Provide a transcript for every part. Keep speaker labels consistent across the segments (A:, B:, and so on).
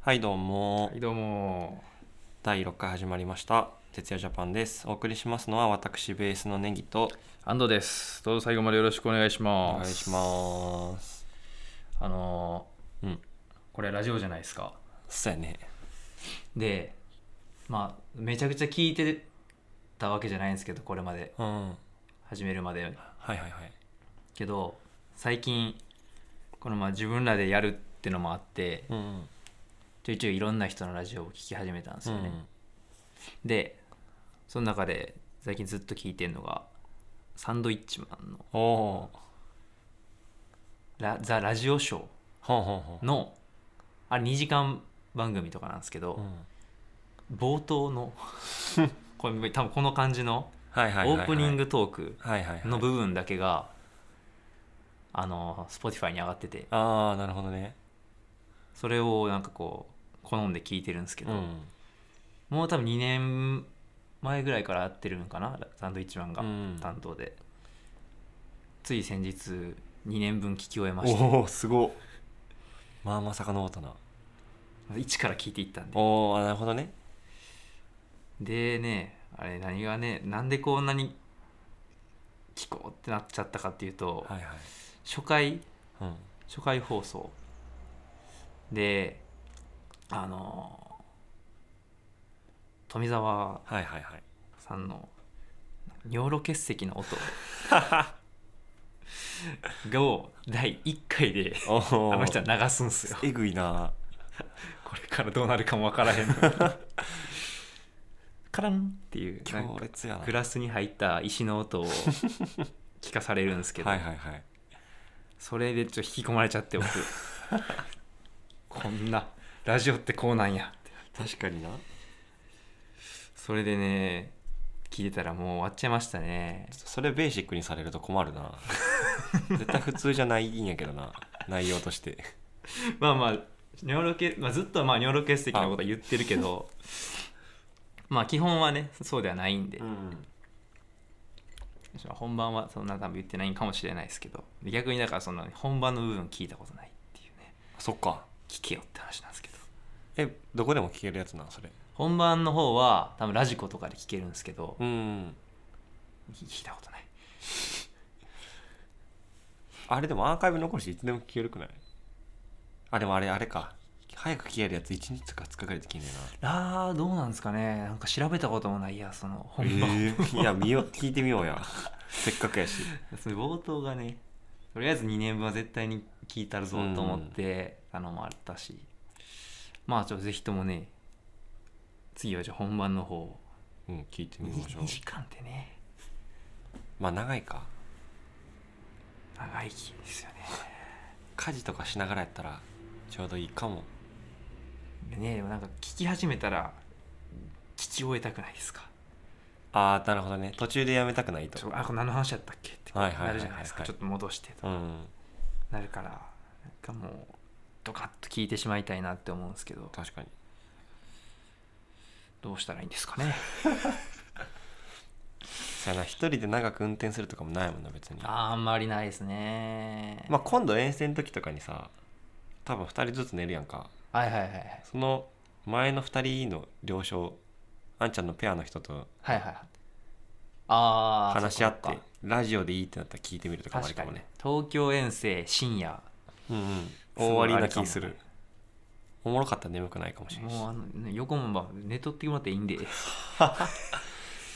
A: はいどうも、
B: はいどうも
A: 第6回始まりました徹夜ジャパンですお送りしますのは私ベースのネギと
B: 安藤ですどうぞ最後までよろしくお願いし
A: お
B: ま
A: 願い
B: す
A: します
B: あの
A: うん
B: ーこれラジオじゃないですか
A: そうやね
C: でまあめちゃくちゃ聞いてたわけじゃないんですけどこれまで
A: うんはい
C: 始めるまで
A: はいはい
C: けど最近このまあ自分らでやるってのもあって
A: うんうん
C: ちょいちょいいろんな人のラジオを聞き始めたんです
A: う
C: よ
A: ん
C: ね、でその中で最近ずっと聞いてるのがサンドイッチマンの
A: おおー
C: ラ「ザ・ラジオショ
A: ほんほんほ
C: ー」のあれ2時間番組とかなんですけ
A: んう
C: ど、
A: ん
C: 冒頭 のこれ多分この感じの
A: はい
C: オ
A: はいはいはい
C: ープニングトーク、
A: はいはいはい
C: の部分だけがあの Spotify に上がってて
A: ああなるほどね
C: それをなんかこう好んで聞いてるんですけ
A: う
C: ど、
A: ん
C: もう多分2年前ぐらいからやってるのかなサンドイッチマンが
A: うん
C: 担当で、つい先日2年分聞き終えまして
A: おおすごっまあまさかのったな
C: 一から聞いていったんで
A: おおなるほどね
C: でねあれ何がねなんでこんなに聞こうってなっちゃったかっていうと、
A: はいはい
C: 初回
A: うん
C: 初回放送であの富澤
A: はいはいはい
C: さんの尿路結石の 音を第1回で
A: おお
C: あの人は流すんすよ
A: えぐいな
C: これからどうなるかもわか らへんカランっていうなん
A: 強
C: か
A: 烈やな
C: グラスに入った石の音を聞かされるんですけど、
A: はいはいはい
C: それでちょっと引き込まれちゃって 僕こんなラジオってこうなんやって
A: 確かにな
C: それでね聞いてたらもう終わっちゃいましたね
A: それベーシックにされると困る な絶対普通じゃないんやけどな内容として
C: まあまあ尿路結、まあ、ずっとまあ尿路結石のことは言ってるけどまあ基本はねそうではないんで、
A: ん
C: 本番はそんな多分言ってないんかもしれないですけど逆にだからその本番の部分聞いたことないっていうね
A: そっか
C: 聞けよって話なんですけど
A: えどこでも聞けるやつなんそれ
C: 本番の方は多分ラジコとかで聞けるんですけど、
A: うん
C: 聞いたことない
A: あれでもアーカイブ残していつでも聞けるくないあでもあれあれか早く消えるやつ1日とか2日ぐらいで消えね
C: あーどうなんですかねなんか調べたこともないやその
A: え
C: 本
A: な
C: 番、
A: え ーいや見よ聞いてみようやせっかくやし
C: その冒頭がねとりあえず2年分は絶対に聞いたるぞと思って頼まれたし、まあちょっとぜひともね次はじゃあ本番の方を
A: うん聞いてみま しょう
C: 2時間ってね
A: まあ長いか
C: 長いきですよ
A: 家事とかしながらやったらちょうどいいかも
C: ねねでもなんか聞き始めたら聞き終えたくないですか
A: ああなるほどね途中でやめたくない
C: ちょ
A: と
C: あこれ何の話だったっけって
A: はいはいはいはい
C: なるじゃないですかちょっと戻してと
A: うん
C: なるからなんかもうドカッと聞いてしまいたいなって思うんですけど
A: 確かに
C: どうしたらいいんですかね
A: そうやな一人で長く運転するとかもないもんな別に
C: あんまりないですね、
A: まあ今度遠征の時とかにさ多分2人ずつ寝るやんか
C: はいはいはいはい
A: その前の2人の了承あんちゃんのペアの人と
C: はいはいはいああ
A: 話し合ってラジオでいいってなったら聞いてみるとかもありか
C: 確
A: も
C: かに
A: ね
C: 東京遠征深夜
A: うんうん
C: ごい
A: 大ありな気す
C: あ
A: る
C: れか
A: おもろかったら眠くないかもしれないし
C: もうあの、ね、横もまあ寝とってもらっていい んで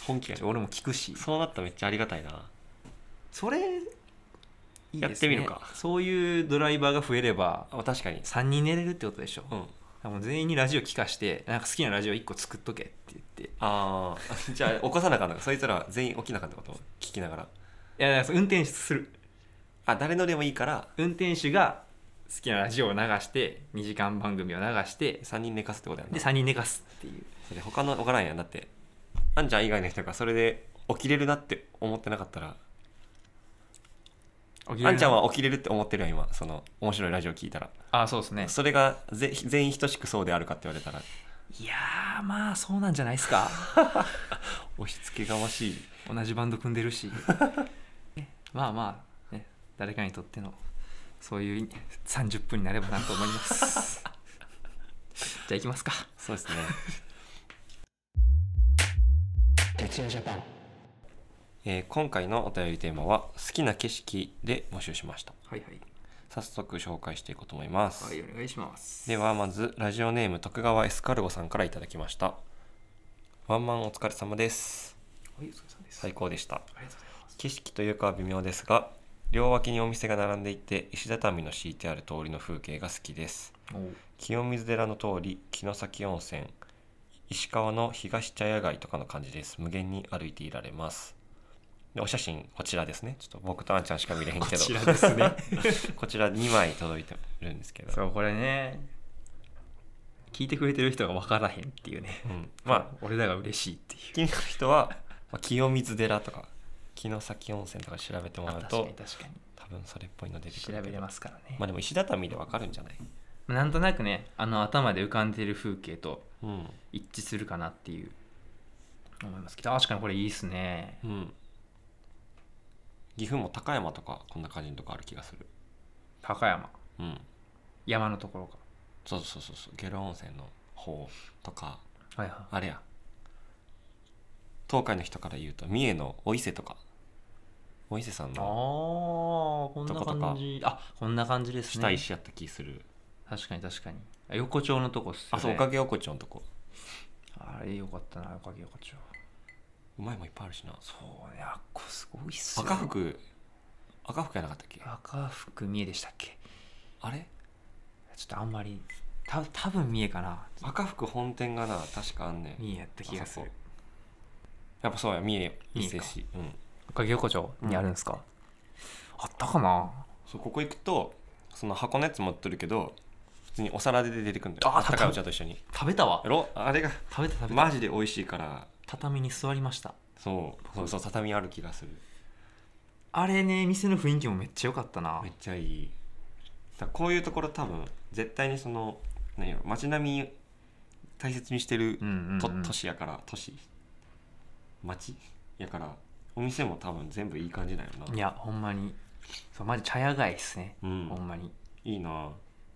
A: 本気やね
C: 俺も聞くし
A: そうなったらめっちゃありがたいな
C: それいいです、ね、
A: やってみるか
C: そういうドライバーが増えれば
A: あ確かに
C: 3人寝れるってことでしょ、
A: うん
C: もう全員にラジオ聞かしてなんか好きなラジオ1個作っとけって言って
A: ああじゃあ起こさなあかんのかそいつら全員起きなあかんってこと聞きながら
C: いやだから運転する
A: あ誰のでもいいから
C: 運転手が好きなラジオを流して2時間番組を流して
A: 3人寝かすってことやんな
C: で3人寝かすっていう
A: それ他の分からんやんだってあんちゃん以外の人がそれで起きれるなって思ってなかったらあんちゃんは起きれるって思ってるやん今その面白いラジオ聞いたら、
C: あそうですね
A: それがぜ全員等しくそうであるかって言われたら
C: いやーまあそうなんじゃないですか
A: 押し付けがましい
C: 同じバンド組んでるし まあまあ、ね、誰かにとってのそういう30分になればなと思いますじゃあ行きますか
A: そうですね えー今回のお便りテーマは「好きな景色」で募集しました
C: はいはい
A: 早速紹介していこうと思います、
C: はいお願いします
A: ではまずラジオネーム徳川エスカルゴさんからいただきましたワンマンお疲れ様です
C: はいお疲れ様です、
A: 最高でした
C: ありがとうございます
A: 景色というかは微妙ですが両脇にお店が並んでいて石畳の敷いてある通りの風景が好きです清水寺の通り城崎温泉石川の東茶屋街とかの感じです無限に歩いていられますでお写真こちらですねちょっと僕とあんちゃんしか見れへんけど
C: こちらですね
A: こちら2枚届いてるんですけど
C: そうこれね聞いてくれてる人が分からへんっていうね
A: うん、まあ
C: 俺らが嬉しいっていう
A: 気になる人は、まあ、清水寺とか城崎温泉とか調べてもらう
C: 確か
A: と
C: に確かに
A: 多分それっぽいの出てく
C: 調
A: るけ
C: べ
A: ど
C: れますからね、
A: まあでも石畳でわかるんじゃない
C: なんとなくねあの頭で浮かんでる風景と
A: うん
C: 一致するかなっていう思いますけど確かにこれいいっすね
A: うん岐阜も高山とかこんな感じのとこある気がする
C: 高山
A: うん
C: 山のところか
A: そうそうそうそう下呂温泉の方とか
C: はいは
A: あれや東海の人から言うと三重のお伊勢とかお伊勢さん
C: いあ
A: の
C: ーこんな
A: どことか
C: 感じあこんな感じです
A: 下
C: ね
A: 石やった気する、
C: 確かに確かにあ横丁のとこっすよ、ね、
A: あそうおかげ横丁のとこ
C: あれよかったなおかげ横丁
A: うまいもんいっぱいあるしな
C: そうねあっこすごいっすよ
A: 赤福赤福やなかったっけ
C: 赤福三重でしたっけ
A: あれ
C: ちょっとあんまりた多分三重かな
A: 赤福本店がな確かあんねん
C: 三重やった気がす
A: あそ
C: る
A: こやっぱそうや三重伊
C: 三重
A: 勢
C: か
A: 市うん
C: おかげ横丁にあるんですか、あったかな
A: そうここ行くとその箱のやつ持ってるけど普通にお皿で出てくるんだよ
C: あ
A: あったかいお茶と一緒に
C: 食べたわ
A: やろあれが
C: 食べた食べた、
A: マジで美味しいから
C: 畳に座りました
A: そうそうそう畳ある気がする
C: あれね店の雰囲気もめっちゃ良かったな
A: めっちゃいいだからこういうところ多分絶対にその何やろ街並み大切にしてる
C: うんうん、
A: と、
C: うん、
A: 都市やから都市町やからお店も多分全部いい感じだよない
C: やほんまにそうマジ茶屋街っすね、
A: うん
C: ほんまに
A: いいな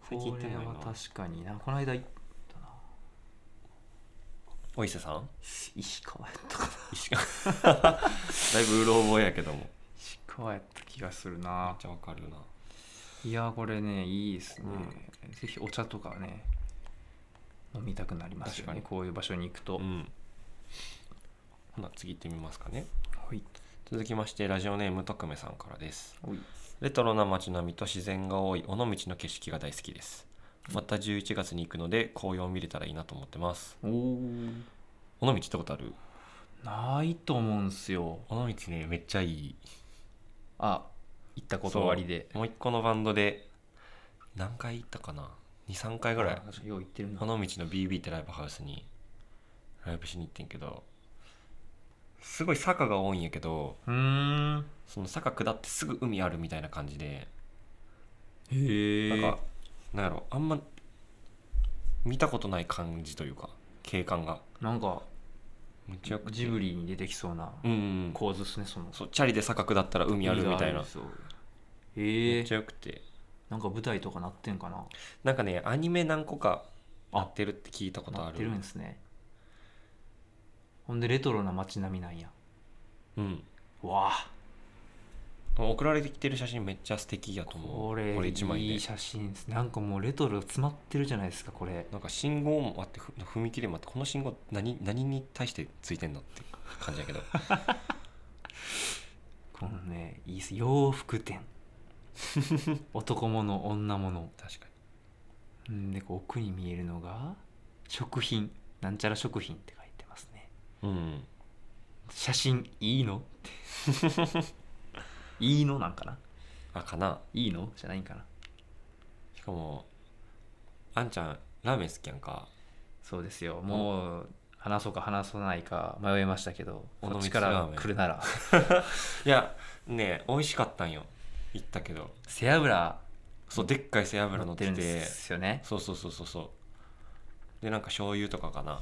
A: 最近行
C: こ
A: って
C: れ
A: ない
C: は
A: な
C: 確かになこの間行ったな
A: お伊勢さん
C: 石川やったかな
A: 石川だいぶうろ覚えやけどもめっ
C: 石川やった気がするな
A: ちゃわかるない
C: やこれねいいですね、ぜひお茶とかね飲みたくなります
A: 確
C: よ
A: か
C: ね
A: に
C: こういう場所に行くと、
A: うんほな次行ってみますかね
C: ほい
A: 続きましてラジオネーム徳目さんからです
C: ほい
A: レトロな街並みと自然が多い尾道の景色が大好きですまた11月に行くので紅葉を見れたらいいなと思ってます
C: おー
A: 尾道行ったことある
C: ないと思うんすよ
A: 尾道ねめっちゃいい
C: あ行ったこと終わりで
A: そうもう一個のバンドで何回行ったかな23回ぐらい
C: あ確かによう行ってるな
A: 尾道の BB ってライブハウスにライブしに行ってんけどすごい坂が多いんやけど
C: うーん
A: その坂下ってすぐ海あるみたいな感じで
C: へ
A: なん
C: え
A: か、なんやろあんま見たことない感じというか景観が
C: なんか
A: めちゃくち
C: ジ
A: ゃ
C: ブリに出てきそうな
A: うんうん
C: 構図っすねその
A: そうチャリで坂下ったら海あるみたいな
C: そう
A: め
C: へ
A: っ
C: え
A: ちゃよくて
C: なんか舞台とかなってんかな
A: なんかねアニメ何個か合ってるって聞いたこと
C: な
A: あ
C: っ
A: る
C: てるんですねほんでレトロな街並みなんや
A: うん
C: わあ
A: 送られてきてる写真めっちゃ素敵やと思う
C: これ
A: 一枚
C: い
A: で
C: い写真ですなんかもうレトロ詰まってるじゃないですかこれ
A: なんか信号もあってふ踏切もあってこの信号何何に対してついてんのって感じやけ ど
C: このねいいっす洋 服店男物女物
A: 確か
C: んでこう奥に見えるのが食品なんちゃら食品って書いてますね
A: にうん
C: 写真い いのっていいのなんかな
A: あかない
C: いのじゃないんかな
A: しかもあんちゃんラーメン好きやんか
C: そうですよもう話そうか話さないか迷いましたけど
A: 尾
C: こ
A: 道
C: っちか
A: ラー
C: ら
A: メン
C: 来るなら
A: いやね美味しかったんよ行ったけど
C: 背脂
A: そうでっかい背脂乗
C: 乗
A: っ
C: ってて
A: て
C: るんですよね
A: そうそうそうそうそうでなんか醤油とかかな
C: う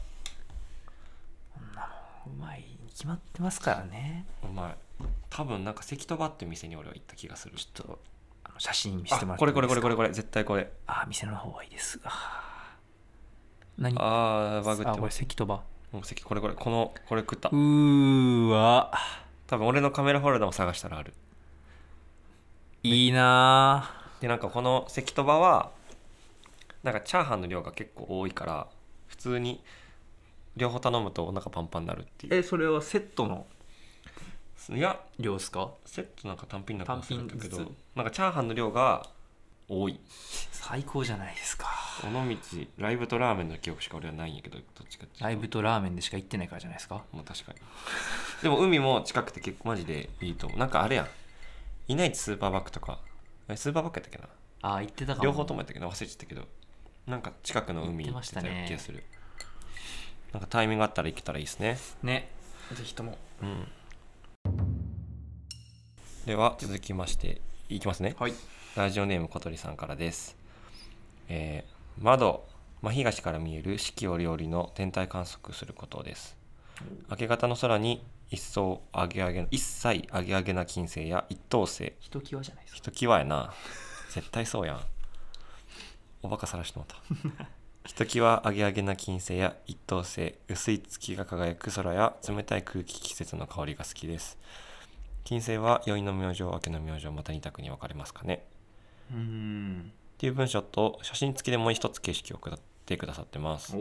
C: まいに決まってますからね
A: うまい多分なんか関戸場って店に俺は行った気がする
C: ちょっとあの写真見せ
A: あ
C: てもらって
A: これこれこれこ
C: れ
A: れこれ絶対これ
C: あ店の方がいいですあー何
A: ああバグって
C: あ、こ
A: ま
C: れ、
A: す
C: 関とば。
A: うん関これこれこのこれ食った
C: うーわ。
A: 多分俺のカメラホルダーも探したらある
C: いいな
A: でなんかこの関とばはなんかチャーハンの量が結構多いから普通に両方頼むとお腹パンパンになるっていう
C: え、それはセットの
A: いや
C: 量っすか
A: セットなんか単品なんか忘れたけど
C: 単品ず
A: なんかチャーハンの量が多い
C: 最高じゃないですか。
A: 尾道ライブとラーメンの記憶しか俺はないんやけどどっちかっていうと
C: ライブとラーメンでしか行ってないからじゃないですか。
A: もう確かにでも海も近くて結構マジでいいと思うなんかあれやんいないちスーパーバックとかえスーパーバックやったっけな
C: あ、行ってたかも。
A: 両方ともやったっけど忘れちゃったけどなんか近くの海
C: 行って
A: 行
C: ま
A: っ
C: してた
A: た
C: ね
A: ような気がする、なんかタイミングあったら行けたらいいですね
B: ねぜひとも
A: うんでは続きましていきますね
B: はい
A: ラジオネーム小鳥さんからです。えー窓、真東から見える四季折々の天体観測することです。明け方の空に一層上げ上げ、一切上げ上げな金星や一等星、
C: ひときわじゃないです
A: ひと
C: か。
A: きわやな。絶対そうやん。おバカさらしてもうた。ひときわ上げ上げな金星や一等星、薄い月が輝く空や冷たい空気季節の香りが好きです。金星は宵の明星、明けの明星、また二択に分かれますかね。
C: うーん。
A: っていう文章と写真付きでもう一つ景色を送ってくださってます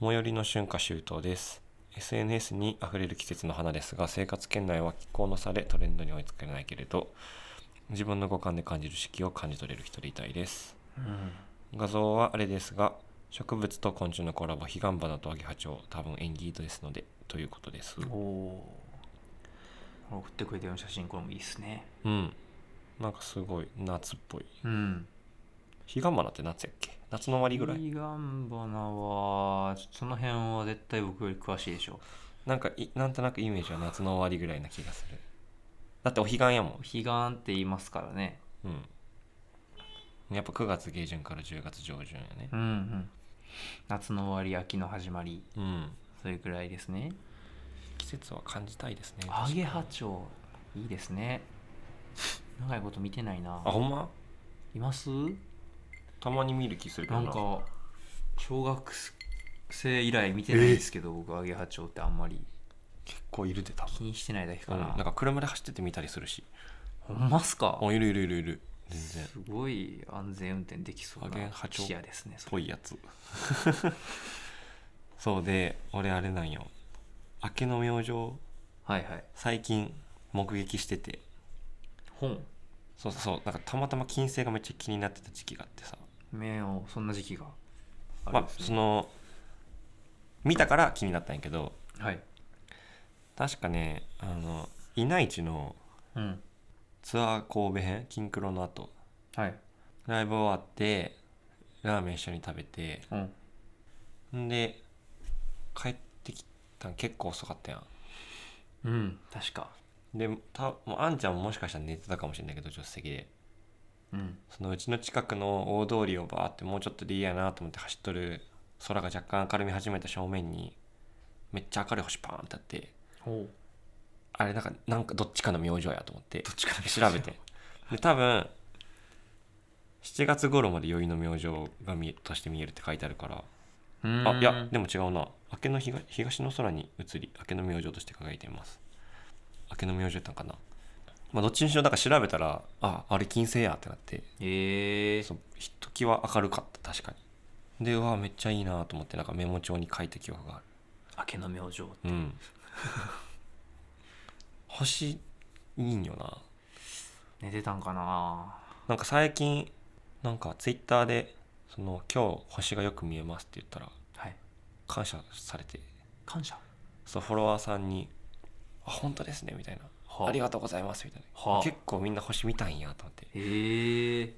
B: お
A: 最寄りの春夏秋冬です SNS にあふれる季節の花ですが生活圏内は気候の差でトレンドに追いつけないけれど自分の五感で感じる四季を感じ取れる人でいたいです
C: うん
A: 画像はあれですが植物と昆虫のコラボ彼岸花とアゲハチョウ多分縁起糸ですのでということです
C: おおー。送ってくれたような写真、これもいいっすね。
A: うんなんかすごい夏っぽい
C: うん。
A: 彼岸花って夏やっけ夏の終わりぐらい
C: ビーガンバナは、その辺は絶対僕より詳しいでしょ。
A: なんかいなんとなくイメージは夏の終わりぐらいな気がするだってお彼岸やも
C: 彼岸って言いますからね。
A: んうんやっぱ9月下旬から10月上旬やね
C: うんうん。夏の終わり、秋の始まり、
A: うん
C: それくらいですね。
A: 季節は感じたいですね
C: アゲハ
A: 確か
C: チョウ、いいですね。長いこと見てないな
A: にあ。ほんま
C: います
A: たまに見る気するけ
C: な
A: ど
C: んか、小学生以来見てないですけど、僕、アゲハチョウってあんまり
A: 結構いるで多
C: 気にしてないだけか
A: 分、うん、
C: な。
A: なんか車で走ってて見たりするし
C: ほんますか
A: あいるいるいるいる全然
C: すごい安全運転できそう
A: アゲ
C: な
A: ハチョウ
C: 視野ですね。それ
A: ぽいや つそうで俺あれなんよ明けの明星
C: はいはい。
A: 最近目撃してて
C: 本
A: そうそうそうなんかたまたま金星がめっちゃ気になってた時期があってさ
C: 目をそんな時期がある
A: ま
C: ん
A: あ
C: です
A: そ
C: ね、
A: の見たから気になったんやけど
C: はい、
A: 確かねあのいないちの
C: うん、
A: ツアー神戸編金黒の後
C: はい、
A: ライブ終わってラーメン一緒に食べて
C: うん、
A: んで帰ってきたん結構遅かったや
C: うん、確か、
A: んでたもうあんちゃんももしかしたら寝てたかもしれないけど助手席で
C: うん、
A: そのうちの近くの大通りをバーってもうちょっとでいいやなと思って走っとる空が若干明るみ始めた正面にめっちゃ明るい星パーンってあって
C: ほ
A: あれなんかなんかどっちかの明星やと思って
C: っちか
A: 調べてで多分7月頃まで宵の明星が見えとして見えるって書いてあるから
C: うーん
A: あいやでも違うな明けの東東の空に移り明けの明星として輝いています明けの明星やったんかなまあどっちにしろなんか調べたらああれ金星やってなって
C: ええ
A: そうひときわ明るかった確かにでうわめっちゃいいなと思ってなんかメモ帳に書いた記憶があ
C: 明けの明星
A: るうん 星いいんよな
C: 寝てたんかな
A: なんか最近なんかツイッターでその今日星がよく見えますって言ったら
C: はい
A: 感謝されて
C: 感謝
A: そうフォロワーさんに「あ本当ですね」みたいな「
C: はあ
A: ありがとうございます」みたいな、
C: はあ
A: 結構みんな星見たんやと思って
C: ええ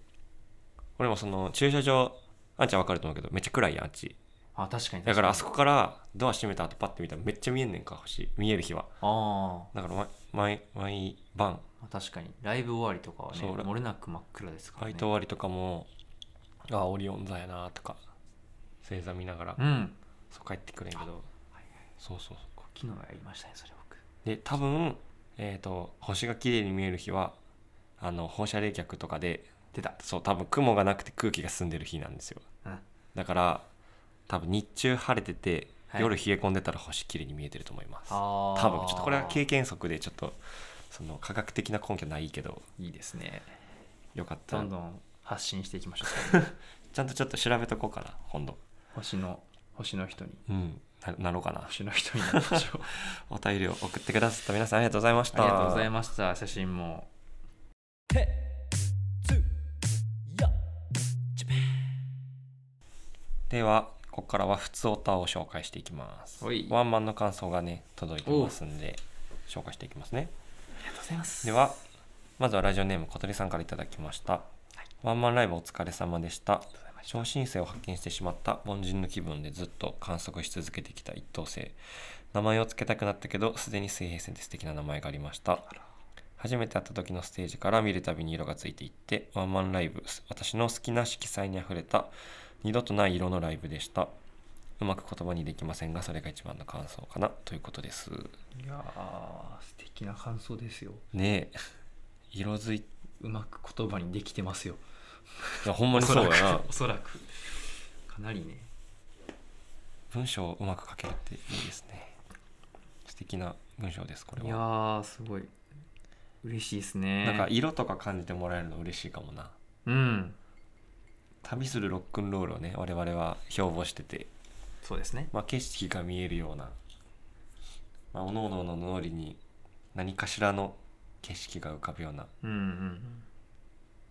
A: 俺もその駐車場あんちゃんわかると思うけどめっちゃ暗いやんあっち
C: あ確かに確に
A: だからあそこからドア閉めた後パッて見たらめっちゃ見えんねんか星見える日は
C: あ
A: だから毎毎毎晩
C: あ確かにライブ終わりとかはね
A: そう俺
C: 漏れなく真っ暗ですから
A: バ
C: ね
A: イト終わりとかも「あオリオン座やな」とか星座見ながら
C: うん
A: そう帰ってくるんやけどそうそうそう
C: 昨日やりましたねそれ僕
A: で多分、えー、と星が綺麗に見える日はあの放射冷却とかで
C: 出た
A: そう多分雲がなくて空気が澄んでる日なんですよ
C: うん
A: だから多分日中晴れてて、
D: はい
A: 夜冷え込んでたら星きれいに見えてると思います多
D: 多
A: 分ちょっとこれは経験則でちょっとその科学的な根拠ないけど
C: いいですね
A: よかった
C: ど
A: ら
C: んどん発信していきましょ う
A: ちゃんとちょっと調べとこうかな今度
C: 星の星の人に
A: うんななろうかな
C: 星の人になりまし ょう
A: お便りを送ってくださった皆さんありがとうございまし
C: あ
A: た
C: りがとうございました写真も
A: ではここからは普通オタを紹介していきます
C: はい
A: ワンマンの感想がね届いてますんで紹介していきますね
C: ありがとうございます
A: ではまずはラジオネーム小鳥さんからいただきました、ワンマンライブお疲れ様でした超新星を発見してしまった凡人の気分でずっと観測し続けてきた一等星名前を付けたくなったけどすでに水平線で素敵な名前がありました初めて会った時のステージから見るたびに色がついていってワンマンライブ私の好きな色彩にあふれた二度とない色のライブでしたうまく言葉にできませんがそれが一番の感想かなということです
C: いやー素敵な感想ですよ
A: ねえ色づいう
C: まく言葉にできてますよ
A: いやほんまにそうやな
C: おそらくかなりね
A: 文章をうまく書けるっていいですね素敵な文章ですこれ
C: いや
A: は
C: ーすごい嬉しいですね
A: なんか色とか感じてもらえるの嬉しいかもな
C: うん
A: 旅するロックンロールをね我々は標榜してて、
C: そうですね
A: まあ、景色が見えるような、まあ、おのおのの脳裏に何かしらの景色が浮かぶような
C: うんうんうん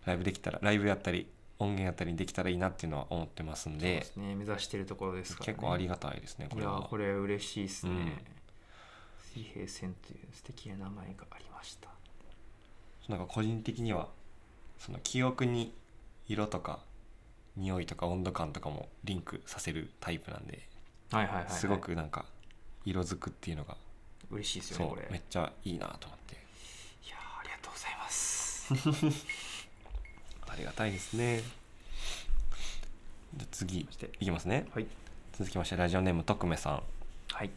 A: ライブできたらライブやったり音源やったりできたらいいなっていうのは思ってますん
C: そう
A: で
C: ですね目指してるところですから、ね、
A: 結構ありがたいですねこ
C: い
A: れ
C: や
A: は
C: ーこれ嬉しいですね、
A: うん
C: 水平線という素敵な名前がありました
A: なんか個人的にはその記憶に色とか匂いとか温度感とかもリンクさせるタイプなんで、
C: はいはいはい、はい、
A: すごくなんか色づくっていうのが、
C: 嬉しいですよね
A: そ
C: これ
A: うめっちゃいいなと思って
C: いやーありがとうございます
A: ありがたいですねじゃあ次
C: そして
A: いきますね
C: はい
A: 続きましてラジオネーム徳目さん
C: はい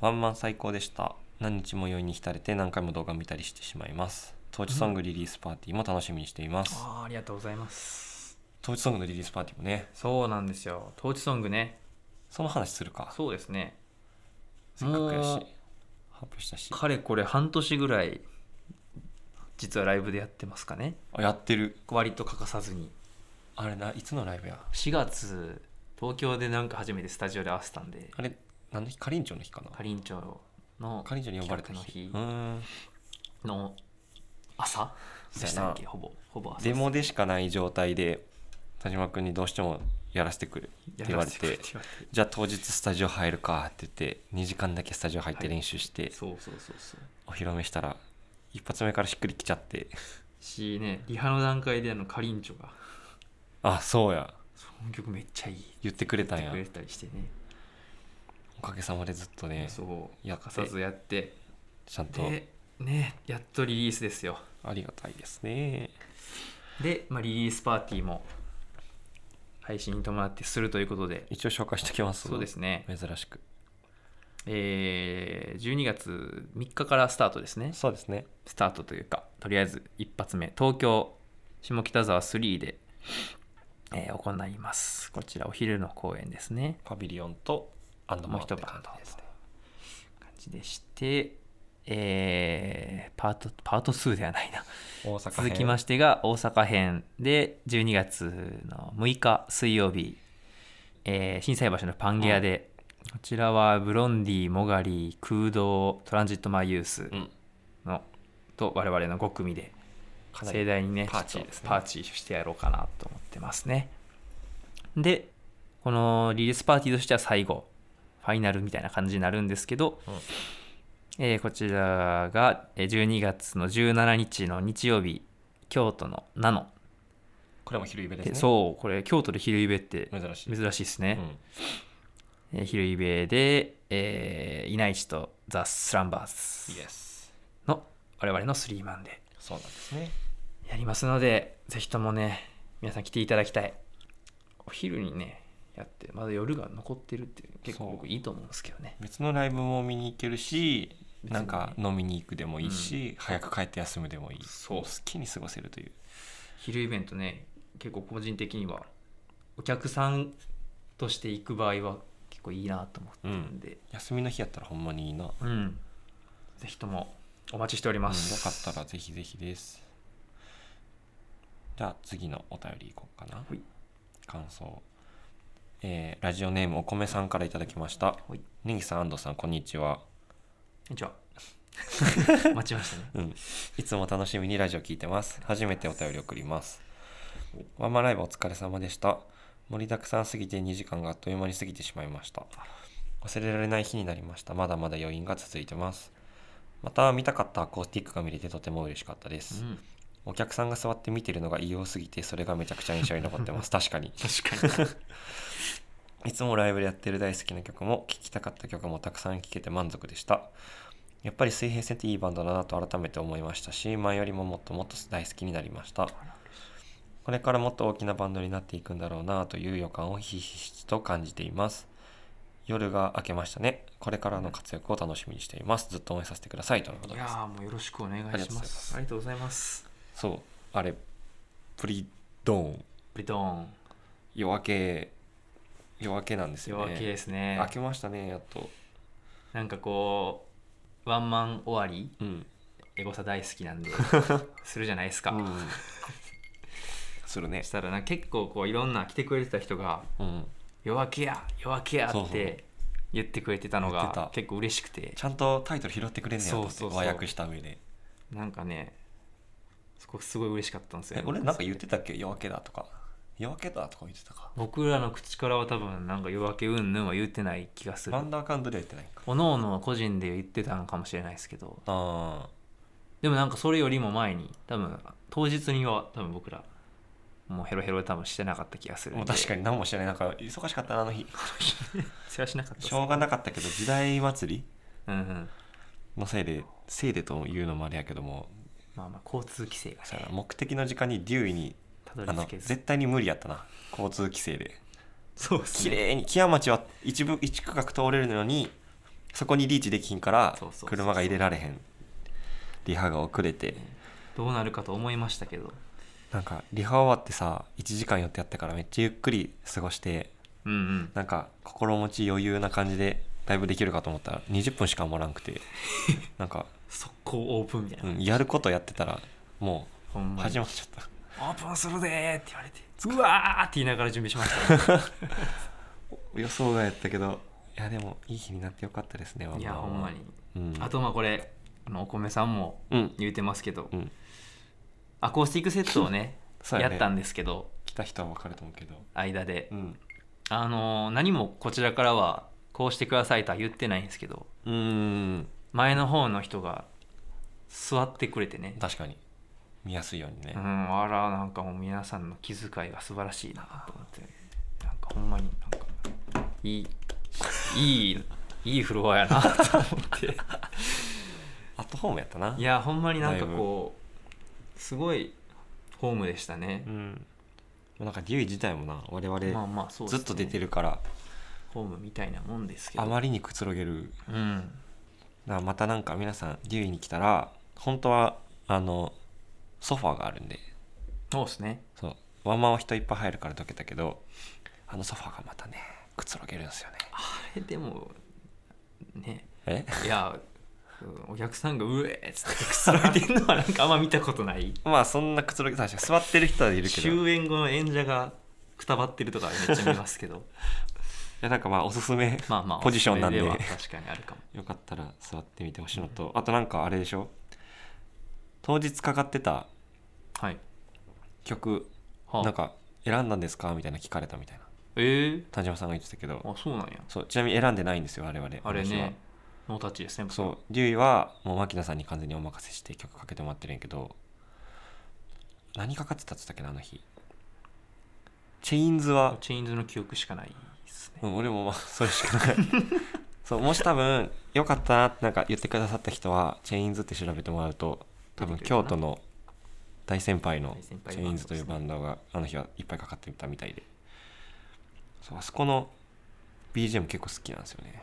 A: ワンマン最高でした何日も酔いに浸れて何回も動画見たりしてしまいます当時ソングリリースパーティーも楽しみにしています
C: あーありがとうございます
A: 当時ソングのリリースパーティーもね
C: そうなんですよトーチソングね
A: その話するか
C: そうですね
A: せっかくやし
C: もう
A: 発表したし
C: かれこれ半年ぐらい実はライブでやってますかね
A: あやってる
C: 割と欠かさずに
A: あれないつのライブや
C: 4月東京でなんか初めてスタジオで合わせたんで
A: あれ何の日かりんちょの日かな
C: かりんちょの
A: かりんちょに呼ばれた日
C: 企
A: う
C: 画の
A: ーん
C: 日の朝
A: そう
C: で
A: や
C: し
A: な
C: たっけほぼほぼ朝
A: デモでしかない状態で田島君にどうしてもやらせてくるって言われて
C: やらせくれって言わ
A: じゃあ当日スタジオ入るかって言って2時間だけスタジオ入って
C: はい
A: 練習して、
C: れてそうそうそうそう
A: お披露目したら一発目からしっくりきちゃって
C: しねリハの段階であのかりんちょが
A: あそうや
C: その曲めっちゃいいって
A: 言ってくれたん
C: 言って
A: や
C: くれたりしてね
A: おかげさまでずっとね
C: そう
A: やっ
C: 欠
A: て
C: かさずやって
A: ちゃんと
C: でねやっとリリースですよ
A: ありがたいですね
C: で、まあ、リリースパーティーも配信に伴ってするということで
A: 一応紹介しておきます
C: そうですね、
A: 珍しく
C: えー12月3日からスタートですね
A: そうですね
C: スタートというかとりあえず一発目東京下北沢3で、えー行いますこちらお昼の公演ですね
A: パビリオンとアンドマンって感じですね
C: 感じでしてえーパートパート2ではないな
A: 大阪
C: 続きましてが大阪編で12月の6日水曜日、えー、震災橋のパンゲアで、こちらはブロンディモガリ空洞トランジットマイユース
A: うん
C: の、と我々の5組で
A: かなり
C: 盛大にね
A: パーチーですね
C: ちょっとパーチーしてやろうかなと思ってますねでこのリリースパーティーとしては最後ファイナルみたいな感じになるんですけど、
A: うん
C: えーこちらがえー12月の17日の日曜日京都のナノ
A: これも昼イベ
C: で
A: ですね
C: そうこれ京都で昼イベって
A: 珍しい、
C: 珍しいですね、
A: うん
C: えー昼イベで、えー、稲市とザ・スランバーズ
A: Yes
C: の我々のスリーマンで
A: そうなんですね
C: やりますのでぜひともね皆さん来ていただきたいお昼にねやってまだ夜が残ってるっていう結構
A: そう
C: 僕いいと思うんですけどね
A: 別のライブも見に行けるし
C: 別に
A: なんか飲みに行くでもいいし、早く帰って休むでもいい
C: そう
A: 好きに過ごせるという
C: 昼イベントね結構個人的にはお客さんとして行く場合は結構いいなと思ってるんで、
A: 休みの日やったらほんまにいいな、うん、よ
C: うんぜひともお待ちしており
A: か
C: ます、
A: ったらぜひぜひですじゃあ次のお便りいこうかな
C: はい
A: 感想えーラジオネームお米さんからいただきました
C: はい
A: ネギさん安藤さんこんにちは
C: こんに ちは待ちましたね
A: うん、いつも楽しみにラジオ聞いてます。初めてお便り送ります。ワンマンライブお疲れ様でした。盛りだくさんすぎて2時間があっという間に過ぎてしまいました。忘れられない日になりました。まだまだ余韻が続いてます。また見たかったアコースティックが見れてとても嬉しかったです。
C: うん
A: お客さんが座って見てるのが異様すぎてそれがめちゃくちゃ印象に残って ます。確かに。
C: 確か に
A: いつもライブでやってる大好きな曲も聴きたかった曲もたくさん聴けて満足でした。やっぱり水平線っていいバンドだなと改めて思いましたし、前よりももっともっと大好きになりました。これからもっと大きなバンドになっていくんだろうなという予感をひしひしと感じています。夜が明けましたね。これからの活躍を楽しみにしています。ずっと応援させてくださいとのこと
C: い
A: で
C: や
A: す。
C: ーもうよろしくお願いしますあ
A: あ
C: りがとうございます
A: そう、あれ、プリドーン、
C: ブリトーン
A: 夜明け、夜明けなんですよ
C: 夜
A: ね。
C: 明けですね
A: 明けましたね、やっと。
C: なんかこうワンマン終わり
A: うん。
C: エゴサ大好きなんで するじゃないですか、
A: うんするね
C: そし。たらな結構こういろんな来てくれてた人が
A: うん。
C: 「夜明けや夜明けや」
A: そう
C: っ
A: そう
C: て言ってくれてたの
A: 言って
C: が
A: た
C: 結構嬉しくて
A: ちゃんとタイトル拾ってくれんねやと思って
C: そうそうそう
A: 和訳した上で。
C: なんかねそこすごい嬉しかったんですよ
A: え、俺なんか言ってたっけ夜明けだとか。夜明けだとか言ってたか。
C: 僕らの口からは多分なんか夜明けうんぬんは言ってない気がする
A: バンドアカウントでは言ってないか。
C: おのおの個人で言ってたのかもしれないですけど
A: あ
C: でもなんかそれよりも前に多分当日には多分僕らもうヘロヘロで多分してなかった気がす
A: あ。
C: る
A: もう確か
C: に
A: に何もしてない。なんか忙しかったな、あの日。
C: それはしなかったっす
A: しょうがなかったけど、時代祭り
C: うんうん
A: のせいで、せいでというのもあれやけども、
C: まあまあ交通規制が
A: そうや
C: ね
A: な目的の時間にデューイに、
C: たど
A: あ
C: り
A: の、
C: 着けず
A: 絶対に無理やったな。交通規制で。
C: そうっす
A: 綺
C: ね
A: 麗に木屋町は一部一区画通れるのにそこにリーチできひんから
C: そうそうそう
A: 車が入れられへんリハが遅れて
C: どうなるかと思いましたけど
A: なんかリハ終わってさ1時間寄ってやったからめっちゃゆっくり過ごして
C: うんうん
A: なんか心持ち余裕な感じでライブできるかと思ったら20分しかもらん くてなんか、
C: 速攻オープンみたいな、
A: うんやることやってたらも
C: ほん
A: う
C: まに
A: 始
C: オ
A: まっちゃった
C: ープンするでーって言われてうわーって言いながら準備しました
A: 予想外やったけどいやでもいい日になってよかったですねワン
C: い
A: マン
C: や
A: は
C: ほんまに、
A: うん、
C: あとまあこれあのお米さんも
A: うん
C: 言うてますけど、
A: うん
C: アコースティックセットをね
A: そうや
C: や
A: ね
C: ったんですけど
A: 来た人は分かると思うけど
C: 間で、
A: うん
C: あのー何もこちらからはこうしてくださいとは言ってないんですけど
A: うん
C: 前の方の人が座ってくれてね
A: 確かに見やすいようにね、
C: うん、あらなんかもう皆さんの気遣いが素晴らしいなと思ってなんかほんまになんかいいいいいいフロアやなと思 って
A: アットホームやったない
C: やほんまになんかこうすごいホームでしたね
A: う、んなんかデュイ自体もな我
C: まあ
A: 々
C: まあそうで
A: ず
C: すね
A: っと出てるから、
C: ホームみたいなもんですけど
A: あまりにくつろげる
C: うん
A: だからまたなんか皆さんデュイに来たら本当はあのソファーがあるんで
C: そうですね
A: そうワンマンは人いっぱい入るからどけたけどあのソファーがまたねくつろげるんですよね
C: あれでもね
A: え
C: いやうんお客さんが「うえ!」っつってくつろいでるのはなんかあんま見たことない
A: まあそんなくつろげ確かに座ってる人はいるけどい
C: 終演後の演者がくたばってるとかはめっちゃ見ますけ ど
A: やなんかまあおすすめ
C: まあまあ
A: ポジションなんで
C: おすすめは確かにあるかも
A: よかったら座ってみてほしいのと、あとなんかあれでしょ当日かかってた
C: はい、
A: 曲
C: はあ
A: なんか選んだんですかみたいな聞かれたみたいな
C: え
A: 田島さんが言ってたけど
C: ー、あそうなんや
A: そうちなみに選んでないんですよ我々
C: あれ
A: 私は
C: ねノータッチですね
A: そうデュイはもう牧野さんに完全にお任せして曲かけてもらってるんやけど何かかってたっつったっけなあの日チェインズは、
C: チェインズの記憶しかないですね
A: うん、俺もまあそれしかない そうもし多分よかったなってなんか言ってくださった人はチェインズって調べてもらうと多分
C: 出てくる
A: 京
C: かな
A: 都の大先輩の
C: 大先輩
A: チェインズというバンドがあの日はいっぱいかかってたみたいでそうあそこの BGM 結構好きなんですよね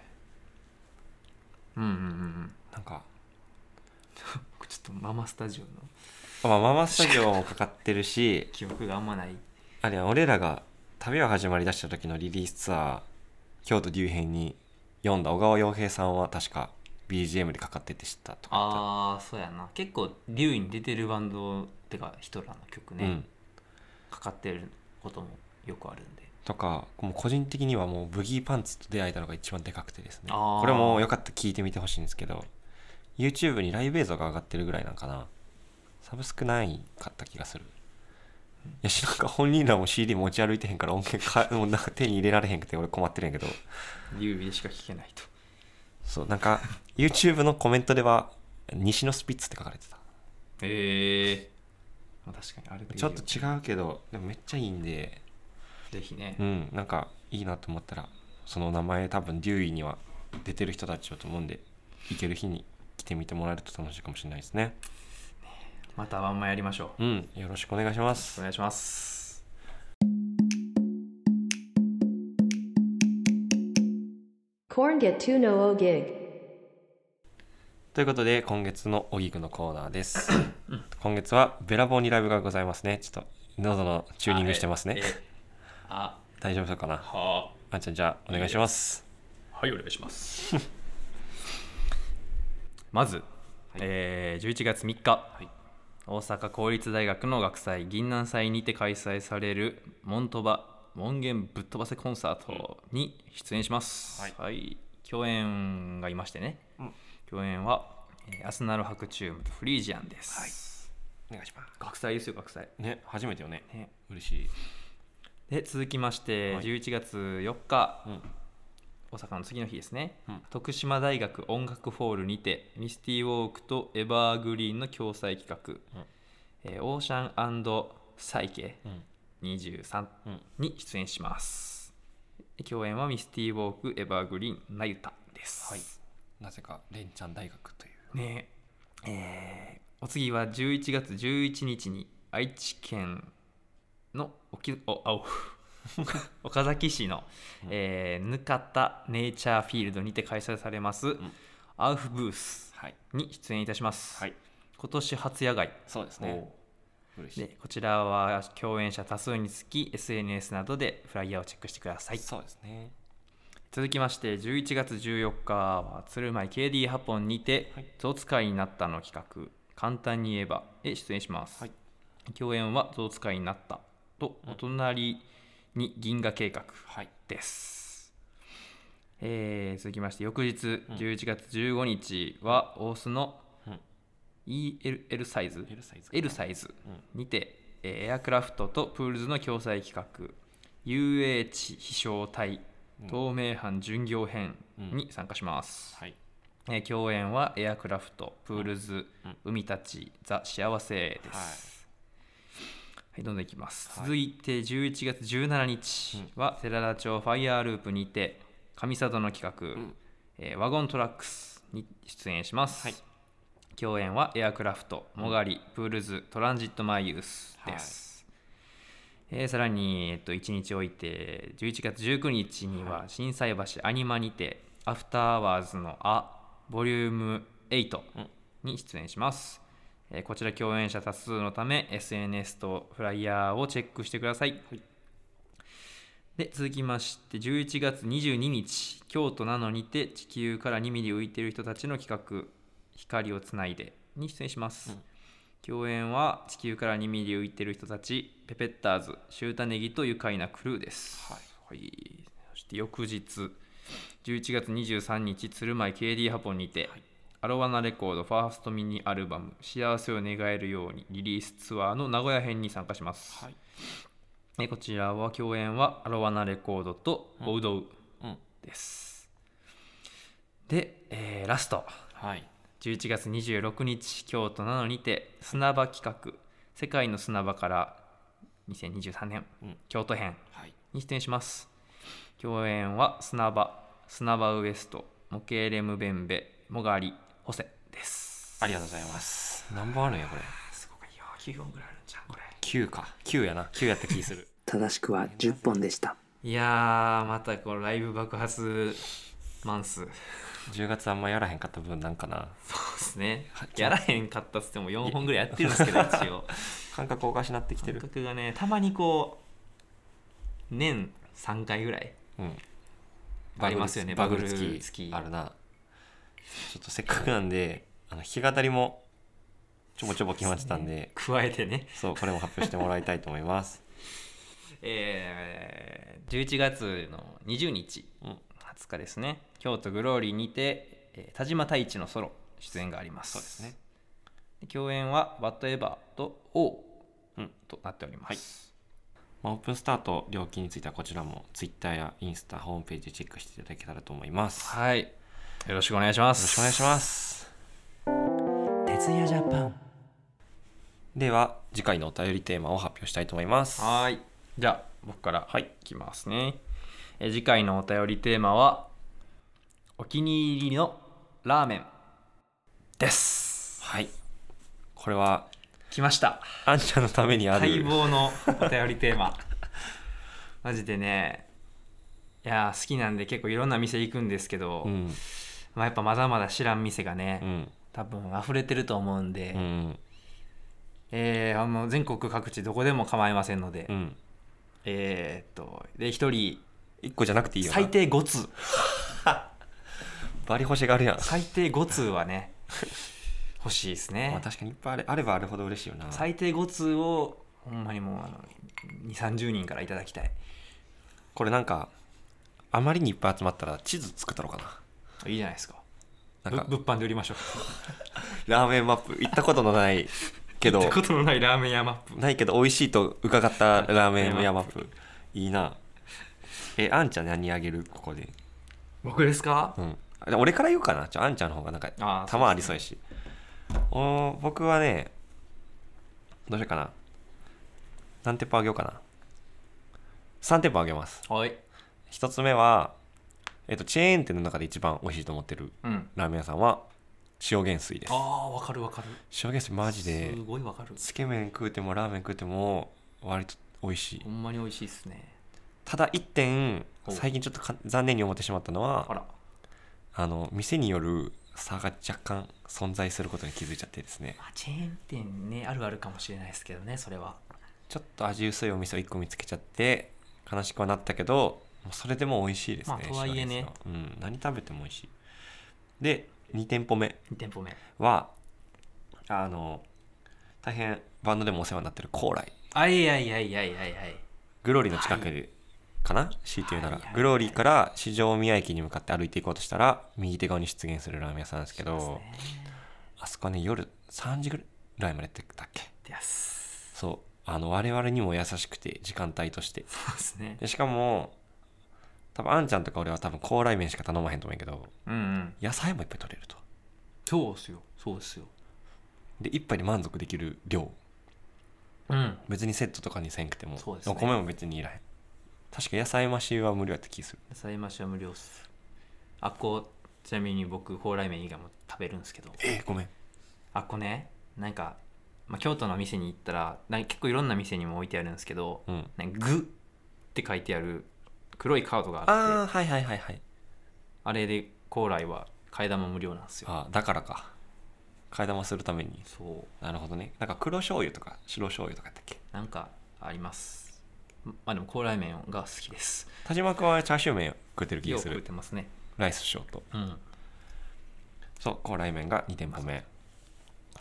C: うんうんうんうん
A: なんか、
C: 僕ちょっとママスタジオの
A: まあ、ママスタジオもかかってるし
C: 記憶があんまない
A: あれは俺らが旅を始まりだした時のリリースツア京都竜兵に読んだ小川洋平さんは確か BGM でかかってて知ったとか
C: ああそうやな結構竜に出てるバンドってか人らの曲
A: 言ってた
C: ね、
A: うん、
C: かかってることもよくあるんで
A: とかもう個人的にはもうブギーパンツと出会えたのが一番でかくてですね
C: あー
A: これもよかったら聞いてみてほしいんですけど YouTube にライブ映像が上がってるぐらいなんかなサブスクないかった気がするいやしなんか本人らも CD 持ち歩いてへんから音源かもうなんか手に入れられへんくて俺困ってるんやけど
C: 指でしか聴けないと
A: そうなんか YouTube のコメントでは「西のスピッツ」って書かれてた
C: へえまあ、確かにあれ
A: ちょっと違うけどでもめっちゃいいんで
C: ぜひね、
A: うんなんかいいなと思ったらその名前多分デューイには出てる人たちだと思うんで行ける日に来てみてもらえると楽しいかもしれないですね
C: またワンマンやりましょう
A: うんよろしくお願いします
C: お願いします
E: Corn get 200 gig.
A: ということで今月のおぎくのコーナーです今月はベラボーにライブがございますねちょっと喉のチューニングしてますね
C: あええあ
A: 大丈夫そうかな
C: は
A: あんちゃんじゃあお願いします
C: あはいお願いします まず、えー11月3日、大阪公立大学の学祭銀南祭にて開催されるモントバ門限ぶっ飛ばせコンサートに出演します、
A: はい
C: はい、共演がいましてね、
A: うん
C: 共演は、えーアスナル白チュームとフリージアンです、
A: お願いします
C: 学祭ですよ学祭
A: ね初めてよね
C: ね
A: 嬉しい
C: で続きまして、
A: はい
C: 11月4日
A: うん
C: 大阪の次の日ですね、
A: うん
C: 徳島大学音楽ホールにてミスティウォークとエバーグリーンの共催企画、
A: うん
C: えーオーシャンサイケ
A: うん
C: 23
A: うん
C: に出演します共演はミスティウォークエバーグリーンナユタです、
A: はいなぜかレンちゃん大学という
C: ねえーお次は11月11日に愛知県のおきおあお 岡崎市の、えー、ぬかたネイチャーフィールドにて開催されます、アウフブース
A: はい
C: に出演いたします、
A: はい
C: 今年初野外
A: そうです
C: お
A: ね
C: う
A: 嬉しい
C: でこちらは共演者多数につき SNS などでフライヤーをチェックしてください
A: そうですね
C: 続きまして11月14日は鶴舞 KD ハポンにて
A: はい
C: 「象使いになった」の企画「簡単に言えば」へ出演します、
A: はい
C: 共演は「象使いになった」と「お隣に銀河計画
A: はい」
C: です、えー続きまして翌日11月15日は大須の
A: うん
C: ELL サイズ
A: L サイズ
C: L サイズにて、えーエアクラフトとプールズの共催企画遊泳地飛翔隊透明班巡業編に参加します、
A: はい
C: えー共演はエアクラフトプールズ、
A: うん
C: 海たちザ幸せです、はいどんどんいきます、
A: はい
C: 続いて11月17日は寺田町ファイヤーループにて上里の企画、
A: ん
C: えーワゴントラックスに出演します、
A: はい
C: 共演はエアクラフト、モガリ、プールズ、トランジットマイユース
A: はい
C: です。えーさらに、えっと、1日置いて、11月19日には、心斎橋アニマにて、アフターアワーズのあ、ボリューム8に出演します。えーこちら共演者多数のため、SNS とフライヤーをチェックしてください。で続きまして11月22日京都なのにて地球から2ミリ浮いてる人たちの企画「光をつないで」に出演します、
A: うん
C: 共演は地球から2ミリ浮いてる人たちペペッターズシュータネギと愉快なクルーです、はいそして翌日11月23日鶴舞 KD ハポンにて、アロワナレコードファーストミニアルバム「幸せを願えるように」リリースツアーの名古屋編に参加します、
A: はい
C: えこちらは共演はアロワナレコードとボウドウ
A: うん
C: です、で、えーラスト
A: はい
C: 11月26日京都なのにて砂場企画「世界の砂場」から2023年、
A: うん
C: 京都編
A: はい
C: に出演します共演は砂場砂場ウエストモケーレムベンベモガリホセです
A: ありがとうございます何本あるんやこれ
C: すごいよ9本ぐらいあるんじゃんこれ
A: 9か9やな9やった気する
F: 正しくは10本でした
C: いやーまたこのライブ爆発マンス
A: 10月あんまやらへんかった分なんかな
C: そうですね。やらへんかったっつっても4本ぐらいやってるんです けど、一応。
A: 感覚おかしなってきて
C: 感
A: る
C: 覚がね、たまにこう、年3回ぐらい
A: うん
C: ありますよね
A: バグ
C: バ
A: ル
C: グル
A: 付
C: 付
A: き
C: き
A: あるなちょっとせっかくなんであの弾き語りもちょぼちょぼ決まってたんで
C: 加えてね、
A: そうこれも発表してもらいたいと思います
C: えー、11月の20日、
A: うん
C: 20日ですね京都グローリーにて、えー田島太一のソロ出演があります
A: そうですね
C: で共演は「WhatEver」と「O
A: うん」
C: となっております、
A: まあ、オープンスタート料金についてはこちらも Twitter やインスタホームページチェックしていただけたらと思います、よ
C: はいよろしくお願いしま
A: ろし
C: す
A: くお願いしますでは次回のお便りテーマを発表したいと思います
C: はーいじゃあ僕から
A: はい
C: いきますね、えー次回のお便りテーマは「お気に入りのラーメン」です
A: はいこれは
C: 来ました
A: あんちゃんのためにあ
C: 待
A: る
C: 望のお便りテーマ マジでねいやー好きなんで結構いろんな店行くんですけど、
A: うん
C: まあ、やっぱまだまだ知らん店がね、
A: うん
C: 多分溢れてると思うんで、
A: うん
C: えーあの全国各地どこでも構いませんので、
A: うん
C: えーっとで1人
A: 1個じゃなくていいよな
C: 最低5通
A: バリ星があるやん、
C: 最低5通はね 欲しいですね、
A: まあ、確かにいっぱいあれあればあるほど嬉しいよな
C: 最低5通をほんまにもうあの2 3 0人からいただきたい
A: これなんかあまりにいっぱい集まったら地図作ったのか
C: いいじゃないですか
A: ななんか
C: ぶ物販で売りましょう
A: ラーメンマップ行ったことのないけど
C: ってことのないラーメン屋マップ
A: ないけど美味しいと伺ったラーメン屋マップいいなえあんちゃん何あげるここで、
C: 僕ですか
A: うん、あ俺から言うかなちょあんちゃんの方がなんか
C: あー
A: たまありそうやしおー僕はねどうしようかな何店舗あげようかな3店舗あげます
C: はい
A: 1つ目は、えっとチェーン店の中で一番美味しいと思ってる
C: うん
A: ラーメン屋さんは塩元水です
C: ああわかるわかる
A: 塩元水マジです
C: ごいわかる
A: つけ麺食うてもラーメン食うても割と美味しい
C: ほんまに美味しいっすね
A: ただ一点
C: お
A: 最近ちょっとか残念に思ってしまったのは
C: あら
A: あの店による差が若干存在することに気づいちゃってですね
C: まあチェーン店ねあるあるかもしれないですけどねそれは
A: ちょっと味薄いお店を1個見つけちゃって悲しくはなったけどもうそれでも美味しいですね、
C: まあとはいえ
A: 塩
C: ね
A: ですようん、何食べても美味しいで2店舗目
C: 2店舗目
A: はあの大変バンドでもお世話になってる高麗
C: あいやいやいやいやいやい
A: グローリーの近くでかな、強いて言うなら、
C: はいはい
A: グローリーから四条宮駅に向かって歩いていこうとしたら右手側に出現するラーメン屋さんなんですけどあそこはね夜3時ぐらいまでやってたっけ
C: です
A: そうあの我々にも優しくて時間帯として
C: そうですね
A: でしかも多分あんちゃんとか俺は多分高麗麺しか頼まへんと思うんやけど
C: うんうん
A: 野菜もいっぱい取れると
C: そうっすよそうっすよ
A: で一杯で満足できる量
C: うん
A: 別にセットとかにせんくても、
C: そうですね
A: お米も別にいらへん確か野菜増しは無料やった気する
C: 野菜増しは無料っすあっこちなみに僕蓬莱麺以外も食べるんですけど
A: えーごめん
C: あっこねなんか、まあ、京都の店に行ったらなんか結構いろんな店にも置いてあるんですけど
A: うん
C: 「なんか具」って書いてある黒いカードがあ
A: あ
C: っ
A: あ
C: て
A: はいはいはいはい
C: あれで高麗は替え玉無料なんですよ
A: あだからか替え玉するために
C: そう
A: なるほどねなんか黒醤油とか白醤油とかやったっけ
C: なんかありますまあでも高麗麺が好きです
A: 田島君はチャーシュー麺食ってる気
C: よ
A: が
C: く
A: す
C: 食っ
A: る
C: てますね
A: ライスショート
C: うん
A: そう高麗麺が2店舗目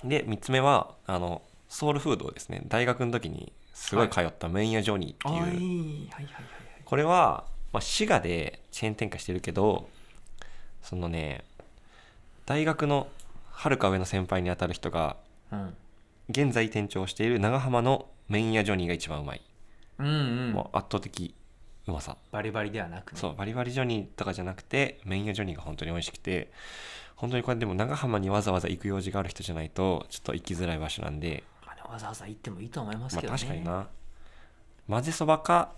A: で3つ目はあのソウルフードをですね大学の時にすごい通った麺屋ジョニ
C: あ
A: ーっていう、
C: いいはいはいはいはい
A: これは、まあ、滋賀でチェーン展開してるけどそのね大学のはるか上の先輩にあたる人が
C: うん
A: 現在店長をしている長浜の麺屋ジョニーが一番うまい
C: うんうん
A: もう圧倒的うまさ、
C: バリバリではなくね
A: そうバリバリジョニーとかじゃなくてメイン屋ジョニーが本当に美味しくて本当にこれでも長浜にわざわざ行く用事がある人じゃないとちょっと行きづらい場所なんで、
C: まあねわざわざ行ってもいいと思います
A: ま
C: けど
A: あ
C: ね、
A: 確かにな混ぜそばか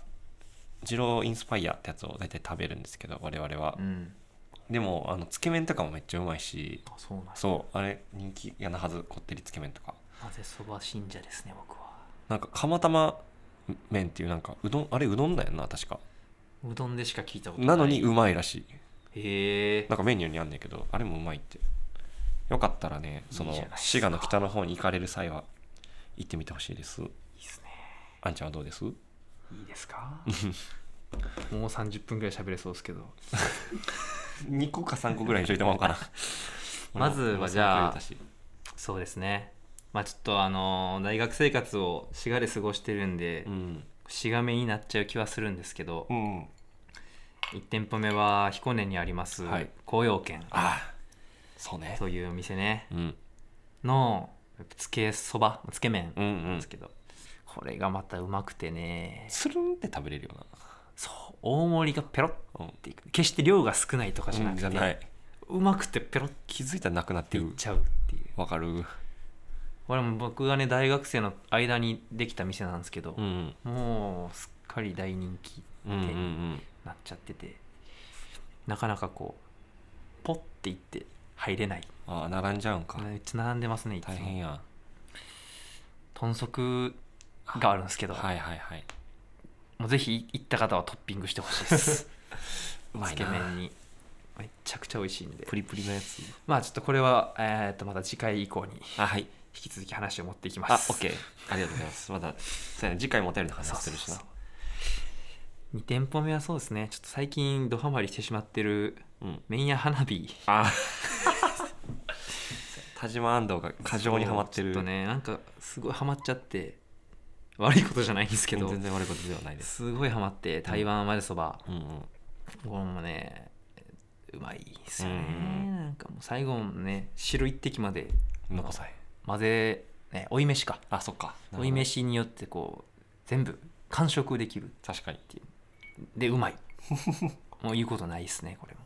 A: 二郎インスパイアってやつを大体食べるんですけど我々は
C: う、ん
A: でもあのつけ麺とかもめっちゃうまいし
C: あそうなんだ
A: そうあれ人気やなはずこってりつけ麺とか
C: 混ぜそば信者ですね僕は
A: なんか釜玉麺っていうなんかうどんあれうどんだよな確か
C: うどんでしか聞いたことな
A: な
C: い
A: のにうまいらしい
C: へえ
A: なんかメニューにあんねんけどあれもうまいってよかったらねその
C: いいじゃないですか
A: 滋賀の北の方に行かれる際は行ってみてほしいです
C: いいですね
A: あんちゃんはどうです
C: いいですか
G: もう30分ぐらい喋れそうですけど
A: 2個か3個ぐらいにしといてもらおうか な
C: まずはじゃあ
A: もうもうそのくらいだし
C: そうですねまあちょっとあの大学生活をしがで過ごしてるんで、
A: うん
C: しがめになっちゃう気はするんですけど、
A: うん
C: 1店舗目は彦根にあります、
A: はい
C: 紅葉軒
A: ああそうね
C: というお店ね
A: うん
C: のつけそばつけ麺
A: うんう
C: なん
A: ん
C: ですけど、これがまたうまくてね
A: つるんって食べれるよ
C: そう大盛りがペロッ
A: なうん
C: ていく決して量が少ないとかじゃなく
A: じ
C: て、
A: ゃ
C: う
A: ない
C: まくてペロッて
A: 気づいたらなくなって
C: いっ
A: る
C: ちゃうっていう
A: わかる
C: これも僕がね大学生の間にできた店なんですけど
A: う、ん
C: もうすっかり大人気
A: うんうんうん
C: なっちゃっててなかなかこうポッていって入れない
A: ああ並んじゃうんか
C: めっちゃ並んでますねいつも
A: 大変やん
C: 豚足があるんですけど、
A: はいはいはい
C: もうぜひ行った方はトッピングしてほしいです
A: うま
C: つ
A: い
C: け
A: な
C: 麺にめちゃくちゃ美味しいんで
A: プリプリのやつ
C: まあちょっとこれは、えー、とまた次回以降に引
A: あはい
C: き続き話を持っていき
A: あ
C: ま
A: オ
C: す
A: ッケーありがとうございますまだそうやね次回もお便りの話
C: そう
A: す
C: そう
A: るし
C: そう
A: な
C: 2店舗目はそうですねちょっと最近ドハマりしてしまってる
A: うん
C: 麺屋花火
A: あー 田島安藤が過剰にはまってる
C: ちょっとねなんかすごいハマっちゃって悪いことじゃないんですけど
A: 全然悪いことではないです
C: すごいハマって台湾までそば、
A: うんうん
C: これもねうまいですよね、
A: うん
C: なんかもう最後もね白一滴まで
A: 残さへん
C: 混ぜ、ね、追い飯か
A: あそっか
C: 追い飯によってこう全部完食できる
A: 確かに
C: でう まいもう言うことないですねこれも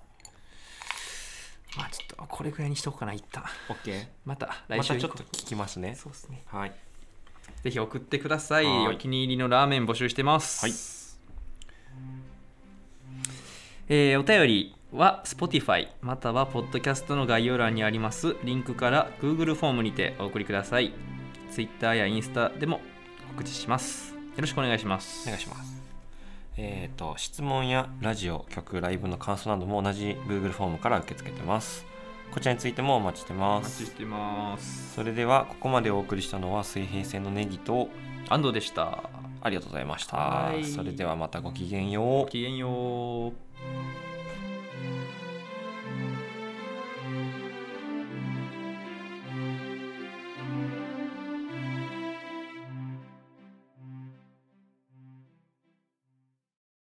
C: まあちょっとこれぐらいにしとこうかな一旦
A: OK
C: また来
A: ま
C: 週
A: た
C: 以
A: ち
C: 降
A: ょっと聞きますね
C: そうですね
A: はい
C: ぜひ送ってください
A: はーい
C: お気に入りのラーメン募集してます
A: はい
C: えーお便りは Spotify またはポッドキャストの概要欄にありますリンクから Google フォームにてお送りください Twitter やインスタでも告知しますよろしくお願いします
A: お願いしますえっ、と質問やラジオ曲ライブの感想なども同じ Google フォームから受け付けてますこちらについてもお待ちして
C: お
A: ま
C: 待ち
A: す
C: してます
A: それではここまでお送りしたのは水平線のネギと
C: 安藤でした
A: ありがとうございました
C: はい
A: それではまたごきげんよう
C: ごきげんよう